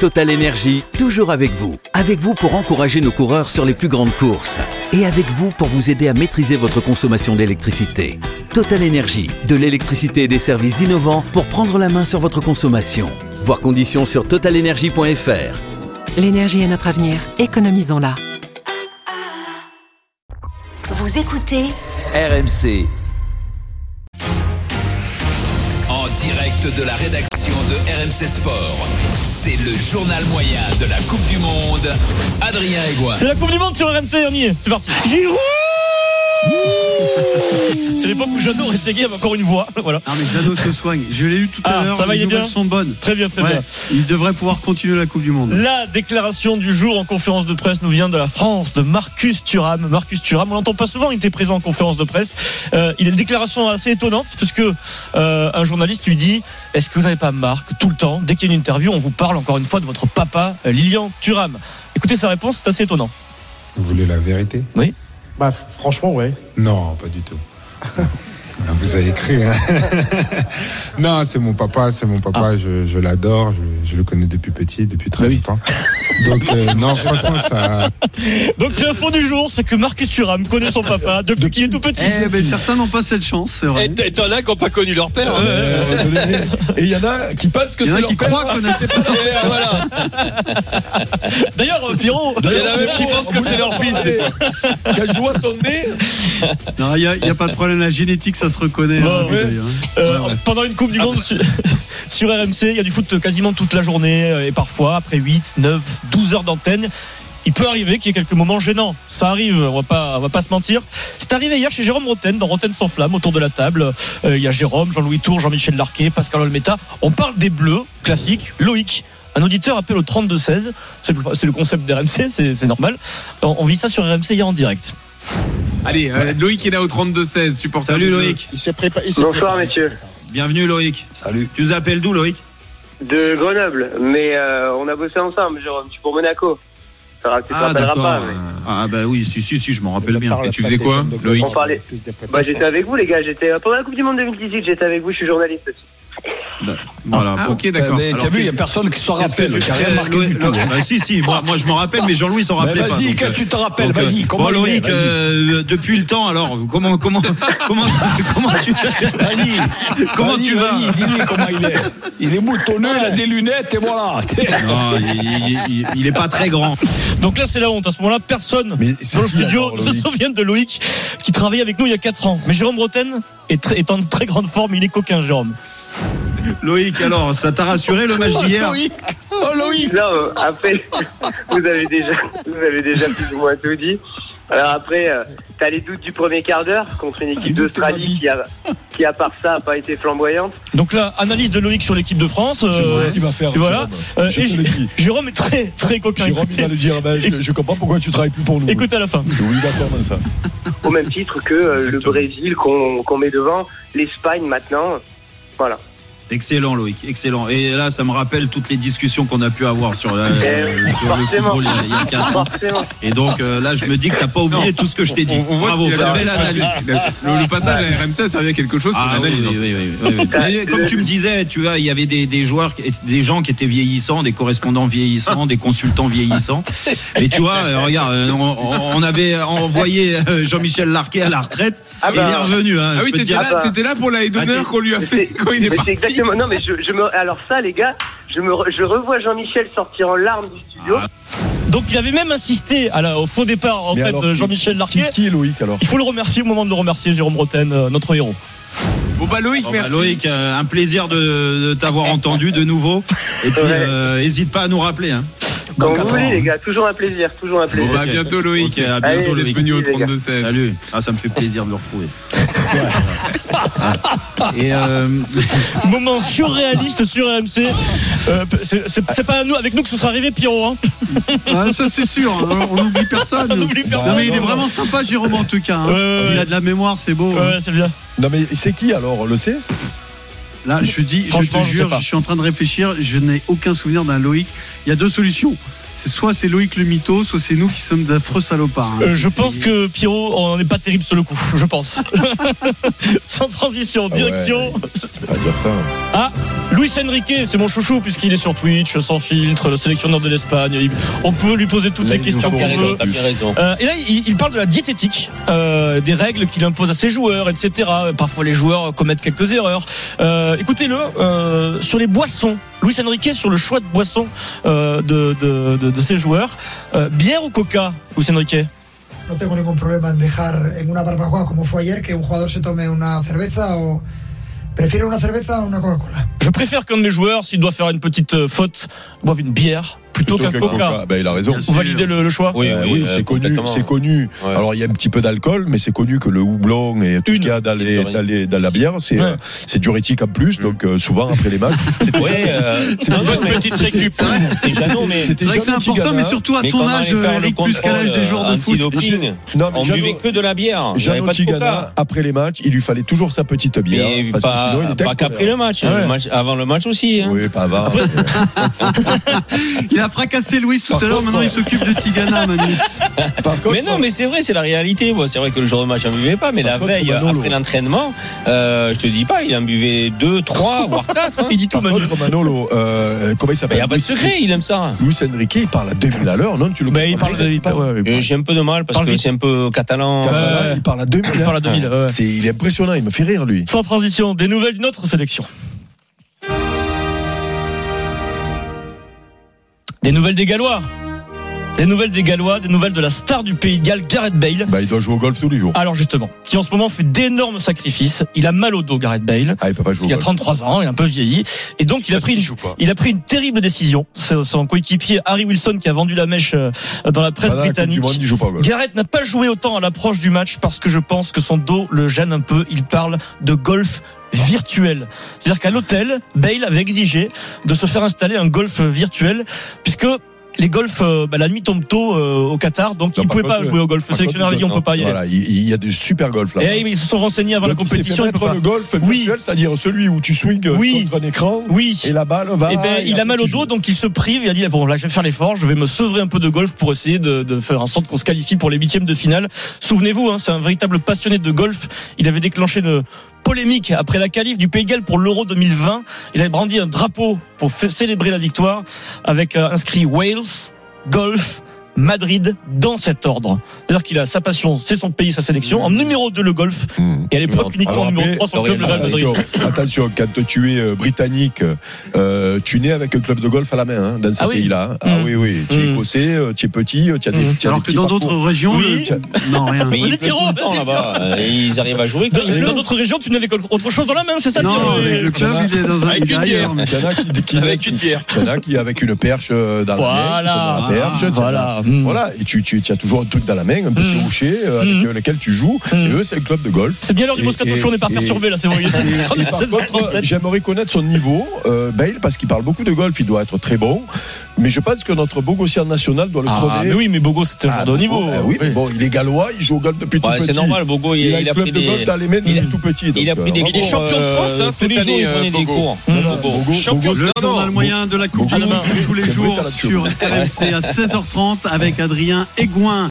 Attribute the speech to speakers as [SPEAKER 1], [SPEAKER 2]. [SPEAKER 1] Total Energy, toujours avec vous. Avec vous pour encourager nos coureurs sur les plus grandes courses. Et avec vous pour vous aider à maîtriser votre consommation d'électricité. Total Energy, de l'électricité et des services innovants pour prendre la main sur votre consommation. Voir conditions sur totalenergy.fr.
[SPEAKER 2] L'énergie est notre avenir, économisons-la.
[SPEAKER 3] Vous écoutez
[SPEAKER 4] RMC. En direct de la rédaction de RMC Sport, c'est le journal moyen de la Coupe du Monde. Adrien Egoin.
[SPEAKER 5] C'est la Coupe du Monde sur RMC, on y est. C'est parti. Giroud C'est l'époque où Jeannot Rességuier avait encore une voix. Voilà.
[SPEAKER 6] Non Ah, mais Dano se soigne. Je l'ai eu tout à
[SPEAKER 5] Ah,
[SPEAKER 6] l'heure.
[SPEAKER 5] ça va,
[SPEAKER 6] les
[SPEAKER 5] il est bien
[SPEAKER 6] nouvelles sont bonnes.
[SPEAKER 5] Très bien, très
[SPEAKER 6] Ouais,
[SPEAKER 5] bien.
[SPEAKER 6] il devrait pouvoir continuer la Coupe du Monde.
[SPEAKER 5] La déclaration du jour en conférence de presse nous vient de la France, de Marcus Thuram. Marcus Thuram, on l'entend pas souvent, il était présent en conférence de presse. Euh, il a une déclaration assez étonnante, parce que euh, un journaliste lui dit Est-ce que vous n'avez pas marre que tout le temps, dès qu'il y a une interview, on vous parle encore une fois de votre papa, euh, Lilian Thuram Écoutez sa réponse, c'est assez étonnant.
[SPEAKER 7] Vous voulez la vérité
[SPEAKER 8] Bah, f- franchement, ouais.
[SPEAKER 7] Non, pas du tout. Voilà, Vous avez cru. Hein non, c'est mon papa, c'est mon papa.
[SPEAKER 4] Ah.
[SPEAKER 7] Je, je l'adore. Je, je le connais depuis petit, depuis
[SPEAKER 4] Bah
[SPEAKER 7] très longtemps. Donc euh, non, franchement, ça.
[SPEAKER 5] Donc l'info du jour, c'est que Marcus Thuram connaît son papa depuis qu'il est tout petit.
[SPEAKER 6] Eh, ben, certains n'ont pas cette chance, c'est vrai.
[SPEAKER 9] Et t'en as qui n'ont pas connu leur père.
[SPEAKER 5] Ouais, ouais, ouais.
[SPEAKER 8] Et il y en a qui pensent que
[SPEAKER 6] Il y en
[SPEAKER 8] c'est
[SPEAKER 6] a
[SPEAKER 8] leur
[SPEAKER 6] qui
[SPEAKER 8] père.
[SPEAKER 6] croient qu'on ne sait pas.
[SPEAKER 9] Et voilà.
[SPEAKER 5] D'ailleurs, euh, Pierrot,
[SPEAKER 9] Il y en a même qui pensent que c'est leur fils. des fois.
[SPEAKER 8] Qu'à jouer à ton nez,
[SPEAKER 6] Non, il n'y a, il y a pas de problème. La génétique, ça se reconnaît.
[SPEAKER 5] Bah,
[SPEAKER 6] hein,
[SPEAKER 5] ouais.
[SPEAKER 6] d'ailleurs, hein.
[SPEAKER 5] Euh,
[SPEAKER 6] Ouais, ouais.
[SPEAKER 5] Pendant une Coupe du Monde sur, sur RMC, il y a du foot quasiment toute la journée euh, et parfois après 8, 9, 12 heures d'antenne. Il peut arriver qu'il y ait quelques moments gênants. Ça arrive, on va pas, on va pas se mentir. C'est arrivé hier chez Jérôme Roten, dans Roten sans flamme, autour de la table. Euh, il y a Jérôme, Jean-Louis Tour, Jean-Michel Larquet, Pascal Olmeta. On parle des bleus, classique. Loïc, un auditeur appelle au 32-16. C'est le- c'est le concept d'RMC, c'est c'est normal. On, on vit ça sur RMC hier en direct.
[SPEAKER 10] Allez, euh, Loïc est là au 32-16, supporter.
[SPEAKER 4] Salut
[SPEAKER 10] du bleu.
[SPEAKER 4] Loïc,
[SPEAKER 8] il s'est préparé.
[SPEAKER 11] Bonsoir messieurs.
[SPEAKER 4] bienvenue Loïc. Salut. Tu nous appelles d'où Loïc
[SPEAKER 11] De Grenoble, mais euh, on a bossé ensemble, Jérôme. Je suis pour Monaco. Ça ne te rappellera pas. Mais...
[SPEAKER 4] Ah bah oui, si si si, je m'en rappelle bien.
[SPEAKER 10] Et tu faisais quoi, Loïc
[SPEAKER 11] On parlait. Bah, j'étais avec vous, les gars. J'étais pendant la Coupe du Monde 2018. J'étais avec vous. Je suis journaliste. aussi.
[SPEAKER 4] Voilà.
[SPEAKER 10] Ah,
[SPEAKER 4] bon.
[SPEAKER 10] ok, d'accord.
[SPEAKER 4] Alors,
[SPEAKER 10] Alors,
[SPEAKER 4] qu'est-ce-
[SPEAKER 8] personne qui s'en
[SPEAKER 4] qu'est-ce que tu- Loïc- Loïc- Ah, si si, moi, moi je m'en rappelle, mais Jean-Louis s'en
[SPEAKER 8] Bah,
[SPEAKER 4] rappelait pas. donc, euh,
[SPEAKER 8] tu te rappelles
[SPEAKER 4] donc, euh, bon, Loïc, euh, depuis le temps, alors comment comment comment comment tu
[SPEAKER 8] Vas-y.
[SPEAKER 4] comment tu vas
[SPEAKER 8] Dis-lui comment il est. Il est moutonneux, il a des lunettes et voilà.
[SPEAKER 4] Non, Ah, il, il- il- il est pas très grand.
[SPEAKER 5] Donc là, c'est la honte. À ce moment-là, personne
[SPEAKER 8] Mais
[SPEAKER 5] dans le studio se souviennent de Loïc qui travaillait avec nous il y a 4 ans. Mais Jérôme Roten est, très- est en très grande forme, il est coquin, Jérôme.
[SPEAKER 4] Loïc, alors ça t'a rassuré le match d'hier
[SPEAKER 8] Oh Loïc.
[SPEAKER 11] Non, euh, après, vous avez déjà, vous avez déjà plus ou moins tout dit. Alors après, euh, t'as les doutes du premier quart d'heure contre une équipe d'Australie qui a, qui à part ça, a pas été flamboyante.
[SPEAKER 5] Donc là, analyse de Loïc sur l'équipe de France. euh,
[SPEAKER 8] qu'il va faire.
[SPEAKER 5] et voilà. euh,
[SPEAKER 8] Je
[SPEAKER 5] et
[SPEAKER 8] te
[SPEAKER 5] J-
[SPEAKER 8] le dis.
[SPEAKER 5] Jérôme est très très coquin.
[SPEAKER 8] Jérôme, il
[SPEAKER 5] Écoutez,
[SPEAKER 8] va lui dire bah, je, je comprends pourquoi tu travailles plus pour nous.
[SPEAKER 5] écoutez à la fin.
[SPEAKER 8] Je suis d'accord dans ça.
[SPEAKER 11] Au même titre que euh, le Brésil qu'on qu'on met devant, l'Espagne maintenant. Voilà.
[SPEAKER 4] Excellent Loïc, excellent. Et là, ça me rappelle toutes les discussions qu'on a pu avoir sur, la-
[SPEAKER 11] Eh,
[SPEAKER 4] sur le
[SPEAKER 11] forcément.
[SPEAKER 4] football il y a- il y a 4 ans.
[SPEAKER 11] Forcément.
[SPEAKER 4] Et donc euh, là, je me dis que t'as pas oublié tout ce que je t'ai dit.
[SPEAKER 10] On, on voit
[SPEAKER 4] Bravo,
[SPEAKER 10] qu'il a-
[SPEAKER 4] très belle analyse.
[SPEAKER 10] Le, le passage à RMC a servi à quelque chose.
[SPEAKER 4] Ah
[SPEAKER 10] pour
[SPEAKER 4] oui,
[SPEAKER 10] l'analyse,
[SPEAKER 4] oui,
[SPEAKER 10] hein.
[SPEAKER 4] oui, oui, oui, oui. Mais Comme tu me disais, tu vois, il y avait des, des joueurs, qui- des gens qui étaient vieillissants, des correspondants vieillissants, des consultants vieillissants. Et tu vois, euh, regarde, euh, on, on avait envoyé euh, Jean-Michel Larquet à la retraite.
[SPEAKER 11] Ah
[SPEAKER 4] et il est
[SPEAKER 11] bah.
[SPEAKER 4] revenu. Hein,
[SPEAKER 10] Ah oui,
[SPEAKER 4] Je peux te
[SPEAKER 10] t'étais
[SPEAKER 4] dire.
[SPEAKER 10] là,
[SPEAKER 11] bah.
[SPEAKER 10] t'étais là pour la haie
[SPEAKER 4] Ah,
[SPEAKER 10] d'honneur
[SPEAKER 4] t'es-
[SPEAKER 10] qu'on lui a fait quand il est
[SPEAKER 11] Mais c'est
[SPEAKER 10] parti.
[SPEAKER 11] exactement. Non, mais je, je me. Alors ça, les gars, je me. Je revois Jean-Michel sortir en larmes du studio.
[SPEAKER 5] Donc il avait même insisté à la- au faux départ en
[SPEAKER 8] Mais
[SPEAKER 5] fait
[SPEAKER 8] alors,
[SPEAKER 5] de
[SPEAKER 8] qui-
[SPEAKER 5] Jean-Michel
[SPEAKER 8] Qui,
[SPEAKER 5] Larquet.
[SPEAKER 8] qui est Loïc alors
[SPEAKER 5] Il faut le remercier au moment de le remercier, Jérôme Roten, euh, notre héros.
[SPEAKER 10] Bon bah Loïc,
[SPEAKER 4] Bon, bah,
[SPEAKER 10] merci.
[SPEAKER 4] Loïc, euh, un plaisir de, de t'avoir entendu de nouveau. Et puis,
[SPEAKER 11] Ouais.
[SPEAKER 4] euh, hésite pas à nous rappeler. Hein.
[SPEAKER 11] Quand vous voulez, les gars, toujours un plaisir, toujours un
[SPEAKER 10] Bon
[SPEAKER 11] plaisir.
[SPEAKER 10] bah à
[SPEAKER 4] Ok.
[SPEAKER 10] bientôt Loïc.
[SPEAKER 4] Ok, à
[SPEAKER 10] Merci
[SPEAKER 4] bientôt,
[SPEAKER 10] d'être
[SPEAKER 4] Loïc.
[SPEAKER 10] venu au
[SPEAKER 11] Merci, les gars.
[SPEAKER 10] 32-16.
[SPEAKER 4] Salut. Ah, ça me fait plaisir de le retrouver. Et euh,
[SPEAKER 5] Moment surréaliste sur RMC. Euh, c'est- c'est c'est pas à nous, avec nous que ce sera arrivé, Pierrot. hein.
[SPEAKER 6] Ah, ça, c'est sûr. hein, On n'oublie personne.
[SPEAKER 5] On n'oublie
[SPEAKER 6] Non,
[SPEAKER 5] personne.
[SPEAKER 6] mais il est vraiment sympa, Jérôme, en tout cas. hein.
[SPEAKER 5] Ouais, ouais,
[SPEAKER 6] Il a de la mémoire, c'est beau. hein.
[SPEAKER 5] Euh, Ouais, c'est bien.
[SPEAKER 8] Non mais c'est qui alors On le sait
[SPEAKER 6] Là, je dis, je
[SPEAKER 5] Franchement,
[SPEAKER 6] te
[SPEAKER 5] je sais
[SPEAKER 6] jure,
[SPEAKER 5] pas.
[SPEAKER 6] je suis en train de réfléchir. Je n'ai aucun souvenir d'un Loïc. Il y a deux solutions. C'est soit c'est Loïc le mytho, soit c'est nous qui sommes d'affreux salopards. hein.
[SPEAKER 5] Euh, je
[SPEAKER 6] C'est-
[SPEAKER 5] pense
[SPEAKER 6] c'est-
[SPEAKER 5] que Pierrot, on n'est pas terrible sur le coup, je pense. Sans transition,
[SPEAKER 8] Ah ouais.
[SPEAKER 5] direction
[SPEAKER 8] Faut Pas dire ça.
[SPEAKER 5] le Luis Enrique, c'est mon chouchou puisqu'il est sur Twitch, sans filtre, le sélectionneur de l'Espagne. On peut lui poser toutes les questions qu'on veut. Euh, et là, il, il parle de la diététique, euh, des règles qu'il impose à ses joueurs, etc. Parfois, les joueurs commettent quelques erreurs. Euh, Écoutez-le euh, sur les boissons. Luis Enrique sur le choix de boissons euh, de, de, de- de ses joueurs. Euh, bière ou Coca, Luis Enrique
[SPEAKER 12] No tengo ningún problema en dejar en una barbacoa como fue ayer que un jugador se tome una cerveza o prefiero una cerveza o una Coca-Cola.
[SPEAKER 5] Je préfère qu'un de mes joueurs, s'il doit faire une petite euh, faute, boive une bière plutôt, qu'un Coca.
[SPEAKER 13] Bah, il a raison.
[SPEAKER 5] Vous validez le, le choix
[SPEAKER 13] Oui,
[SPEAKER 14] Euh,
[SPEAKER 13] oui, euh, c'est connu. C'est connu. Alors il y a un petit peu d'alcool, mais c'est connu que le houblon et tout ce qu'il y a dans, les- dans les- dans la bière, c'est euh, c'est diurétique en plus. Donc euh, souvent après les matchs, c'est
[SPEAKER 14] Mm. Ouais, euh,
[SPEAKER 13] c'est
[SPEAKER 14] non,
[SPEAKER 13] déjà-
[SPEAKER 14] non, mais- C'est vrai.
[SPEAKER 13] C'était déjà-
[SPEAKER 14] Non, mais-
[SPEAKER 13] c'était
[SPEAKER 14] C'est vrai
[SPEAKER 13] déjà
[SPEAKER 14] que c'est
[SPEAKER 13] le petit
[SPEAKER 14] important,
[SPEAKER 13] Ghana.
[SPEAKER 14] mais
[SPEAKER 4] hein.
[SPEAKER 14] surtout à Mais ton quand on âge, allait faire le euh, Eric, plus qu'à l'âge des contrôle, joueurs de euh, foot. anti-doping,
[SPEAKER 13] Non, mais
[SPEAKER 14] on
[SPEAKER 13] Jeannot-
[SPEAKER 14] buvait que de la bière. Il y avait
[SPEAKER 13] Jeannot
[SPEAKER 14] pas de
[SPEAKER 13] Tigana,
[SPEAKER 14] Coca.
[SPEAKER 13] après les matchs, il lui fallait toujours sa petite bière.
[SPEAKER 14] Mais
[SPEAKER 13] parce que sinon, il
[SPEAKER 14] pas,
[SPEAKER 13] était
[SPEAKER 14] pas qu'après le hein. match, hein,
[SPEAKER 13] Ouais.
[SPEAKER 14] le match- Avant le match aussi.
[SPEAKER 13] Oui, pas avant.
[SPEAKER 6] Il a fracassé Louis tout à l'heure, maintenant il s'occupe de Tigana, Manu.
[SPEAKER 14] mais non, mais c'est vrai, c'est la réalité. Bon, c'est vrai que le jour de match, j'en buvais pas, mais la veille, après
[SPEAKER 5] hein.
[SPEAKER 14] l'entraînement, euh, je te dis pas, il en buvait 2, 3, voire 4.
[SPEAKER 5] Il dit
[SPEAKER 13] tout, Manolo. Manolo, euh, comment il s'appelle
[SPEAKER 14] Il n'y a pas de secret, il aime ça.
[SPEAKER 13] Luis Enrique, il parle à 2000 à l'heure, non Tu le
[SPEAKER 14] Ben, il parle de- il parle- Euh, J'ai un peu de mal parce que c'est un peu catalan.
[SPEAKER 13] Catalan, il parle à 2000.
[SPEAKER 14] Il parle à 2000, ouais.
[SPEAKER 13] C'est- il est impressionnant, il me fait rire lui.
[SPEAKER 5] Sans transition, des nouvelles d'une autre sélection. Des nouvelles des Gallois. Des nouvelles des Gallois, des nouvelles de la star du pays de Galles, Gareth Bale.
[SPEAKER 13] Bah, il doit jouer au golf tous les jours.
[SPEAKER 5] Alors justement, qui en ce moment fait d'énormes sacrifices. Il a mal au dos, Gareth Bale.
[SPEAKER 13] Ah, il peut pas jouer.
[SPEAKER 5] Il a
[SPEAKER 13] au golf.
[SPEAKER 5] 33 ans, il est un peu vieilli. Et donc, il a, pris une, il a pris une terrible décision. C'est son coéquipier Harry Wilson qui a vendu la mèche euh, dans la presse
[SPEAKER 14] Bah,
[SPEAKER 13] Pendant la Coupe du
[SPEAKER 5] britannique.
[SPEAKER 13] Monde, il joue pas au golf.
[SPEAKER 5] Gareth n'a pas joué autant à l'approche du match parce que je pense que son dos le gêne un peu. Il parle de golf virtuel. C'est-à-dire qu'à l'hôtel, Bale avait exigé de se faire installer un golf virtuel puisque les golfs, euh, bah, la nuit tombe tôt euh, au Qatar, donc
[SPEAKER 13] Non,
[SPEAKER 5] il ne
[SPEAKER 13] par
[SPEAKER 5] pouvait
[SPEAKER 13] contre,
[SPEAKER 5] pas jouer au golf. Le
[SPEAKER 13] par
[SPEAKER 5] sélectionneur
[SPEAKER 13] contre,
[SPEAKER 5] avait dit on
[SPEAKER 13] non.
[SPEAKER 5] peut pas y aller.
[SPEAKER 13] Voilà, il il y a des super golf là.
[SPEAKER 5] Et oui, ils se sont renseignés avant
[SPEAKER 13] Donc,
[SPEAKER 5] la
[SPEAKER 13] il s'est
[SPEAKER 5] compétition.
[SPEAKER 13] fait
[SPEAKER 5] il peut
[SPEAKER 13] mettre
[SPEAKER 5] pas.
[SPEAKER 13] le golf virtuel, c'est-à-dire celui où tu swings euh,
[SPEAKER 5] Oui.
[SPEAKER 13] contre un écran
[SPEAKER 5] Oui.
[SPEAKER 13] et la balle va.
[SPEAKER 5] Eh ben,
[SPEAKER 13] et
[SPEAKER 5] il
[SPEAKER 13] après,
[SPEAKER 5] a mal
[SPEAKER 13] tu
[SPEAKER 5] au dos, donc il se prive. Il a dit ah, bon, là, je vais faire l'effort, je vais me sevrer un peu de golf pour essayer de, de faire en sorte qu'on se qualifie pour les huitièmes de finale. Souvenez-vous, hein, c'est un véritable passionné de golf. Il avait déclenché une polémique après la qualif du Pays de Galles pour l'Euro 2020. Il avait brandi un drapeau pour f- célébrer la victoire avec euh, inscrit Wales, golf. Madrid dans cet ordre. C'est-à-dire qu'il a sa passion, c'est son pays, sa sélection. En numéro 2, le golf. Et à l'époque, uniquement en
[SPEAKER 13] Hmm. Alors
[SPEAKER 5] numéro
[SPEAKER 13] après,
[SPEAKER 5] 3, son club, le Real Madrid.
[SPEAKER 13] attention, attention, quand tu es euh, britannique, euh, tu nais avec un club de golf à la main hein, dans ce
[SPEAKER 5] Ah oui. Hmm.
[SPEAKER 13] pays-là. hein. Ah
[SPEAKER 5] Mm.
[SPEAKER 13] oui, oui. Tu es
[SPEAKER 5] Mm.
[SPEAKER 13] écossais, euh, tu es petit, euh, tu as des. tu as
[SPEAKER 6] Alors
[SPEAKER 13] des
[SPEAKER 6] que
[SPEAKER 13] petits
[SPEAKER 6] dans d'autres
[SPEAKER 13] parcours.
[SPEAKER 6] régions,
[SPEAKER 13] Oui.
[SPEAKER 6] le- non, rien.
[SPEAKER 14] Mais
[SPEAKER 5] Vas-y,
[SPEAKER 14] ils,
[SPEAKER 5] Pierrot,
[SPEAKER 14] Pierrot, tout le temps
[SPEAKER 5] vas-y.
[SPEAKER 14] là-bas. Euh, ils arrivent à jouer.
[SPEAKER 5] Dans
[SPEAKER 14] comme ils
[SPEAKER 5] dans
[SPEAKER 14] veulent.
[SPEAKER 5] d'autres régions, tu n'avais qu'autre chose dans la main, c'est ça
[SPEAKER 6] Non,
[SPEAKER 5] Pierrot
[SPEAKER 6] avec le club, il est dans un
[SPEAKER 13] Avec
[SPEAKER 6] il est
[SPEAKER 13] une
[SPEAKER 6] ailleurs, mais-
[SPEAKER 13] Il y en a qui, qui-
[SPEAKER 14] Avec une bière.
[SPEAKER 13] il y en a qui avec une perche euh, dans
[SPEAKER 5] Voilà.
[SPEAKER 13] la main. qui prennent la perche,
[SPEAKER 5] Ah,
[SPEAKER 13] tu en as-
[SPEAKER 5] voilà.
[SPEAKER 13] voilà. Et tu, tu, tu as toujours un truc dans la main, un petit roucher euh, avec euh, lequel tu joues. Et eux, c'est le club de golf.
[SPEAKER 5] C'est bien l'heure du Moscato
[SPEAKER 13] Et-
[SPEAKER 5] Show, on n'est pas
[SPEAKER 13] et-
[SPEAKER 5] perturbé là, c'est bon. il est-
[SPEAKER 13] Et par
[SPEAKER 5] 16,
[SPEAKER 13] contre,
[SPEAKER 5] 17.
[SPEAKER 13] j'aimerais connaître son niveau, euh, Bale, parce qu'il parle beaucoup de golf, il doit être très bon. Mais je pense que notre beau gossier national doit le
[SPEAKER 5] Ah,
[SPEAKER 13] crever.
[SPEAKER 5] mais oui, mais Bogo, c'était un joueur de haut niveau.
[SPEAKER 13] Ah oui, mais bon, il est gallois, il joue au golf depuis
[SPEAKER 14] Ouais,
[SPEAKER 13] tout petit.
[SPEAKER 14] c'est normal, Bogo, il-
[SPEAKER 13] il a
[SPEAKER 14] il
[SPEAKER 13] le
[SPEAKER 14] a
[SPEAKER 13] club
[SPEAKER 14] pris
[SPEAKER 13] de
[SPEAKER 14] des-
[SPEAKER 13] golf dans les mains depuis tout petit.
[SPEAKER 14] il a
[SPEAKER 13] donc,
[SPEAKER 14] pris des
[SPEAKER 13] euh, hein.
[SPEAKER 14] cours,
[SPEAKER 10] champion de France, hein,
[SPEAKER 14] tous
[SPEAKER 10] cette
[SPEAKER 14] les jours,
[SPEAKER 10] année,
[SPEAKER 14] il prenait des
[SPEAKER 10] euh, Bogo.
[SPEAKER 14] cours.
[SPEAKER 5] Mmh.
[SPEAKER 13] Non, non,
[SPEAKER 14] Bogo.
[SPEAKER 13] Bogo,
[SPEAKER 14] Champion
[SPEAKER 13] Bogo,
[SPEAKER 14] de
[SPEAKER 6] Le
[SPEAKER 14] France.
[SPEAKER 6] journal moyen de la Coupe
[SPEAKER 13] Bon,
[SPEAKER 6] du Monde
[SPEAKER 13] bon,
[SPEAKER 6] tous les
[SPEAKER 13] c'est un vrai
[SPEAKER 6] jours
[SPEAKER 13] talentueux.
[SPEAKER 6] sur RMC à 16h30 avec Adrien Aigouin.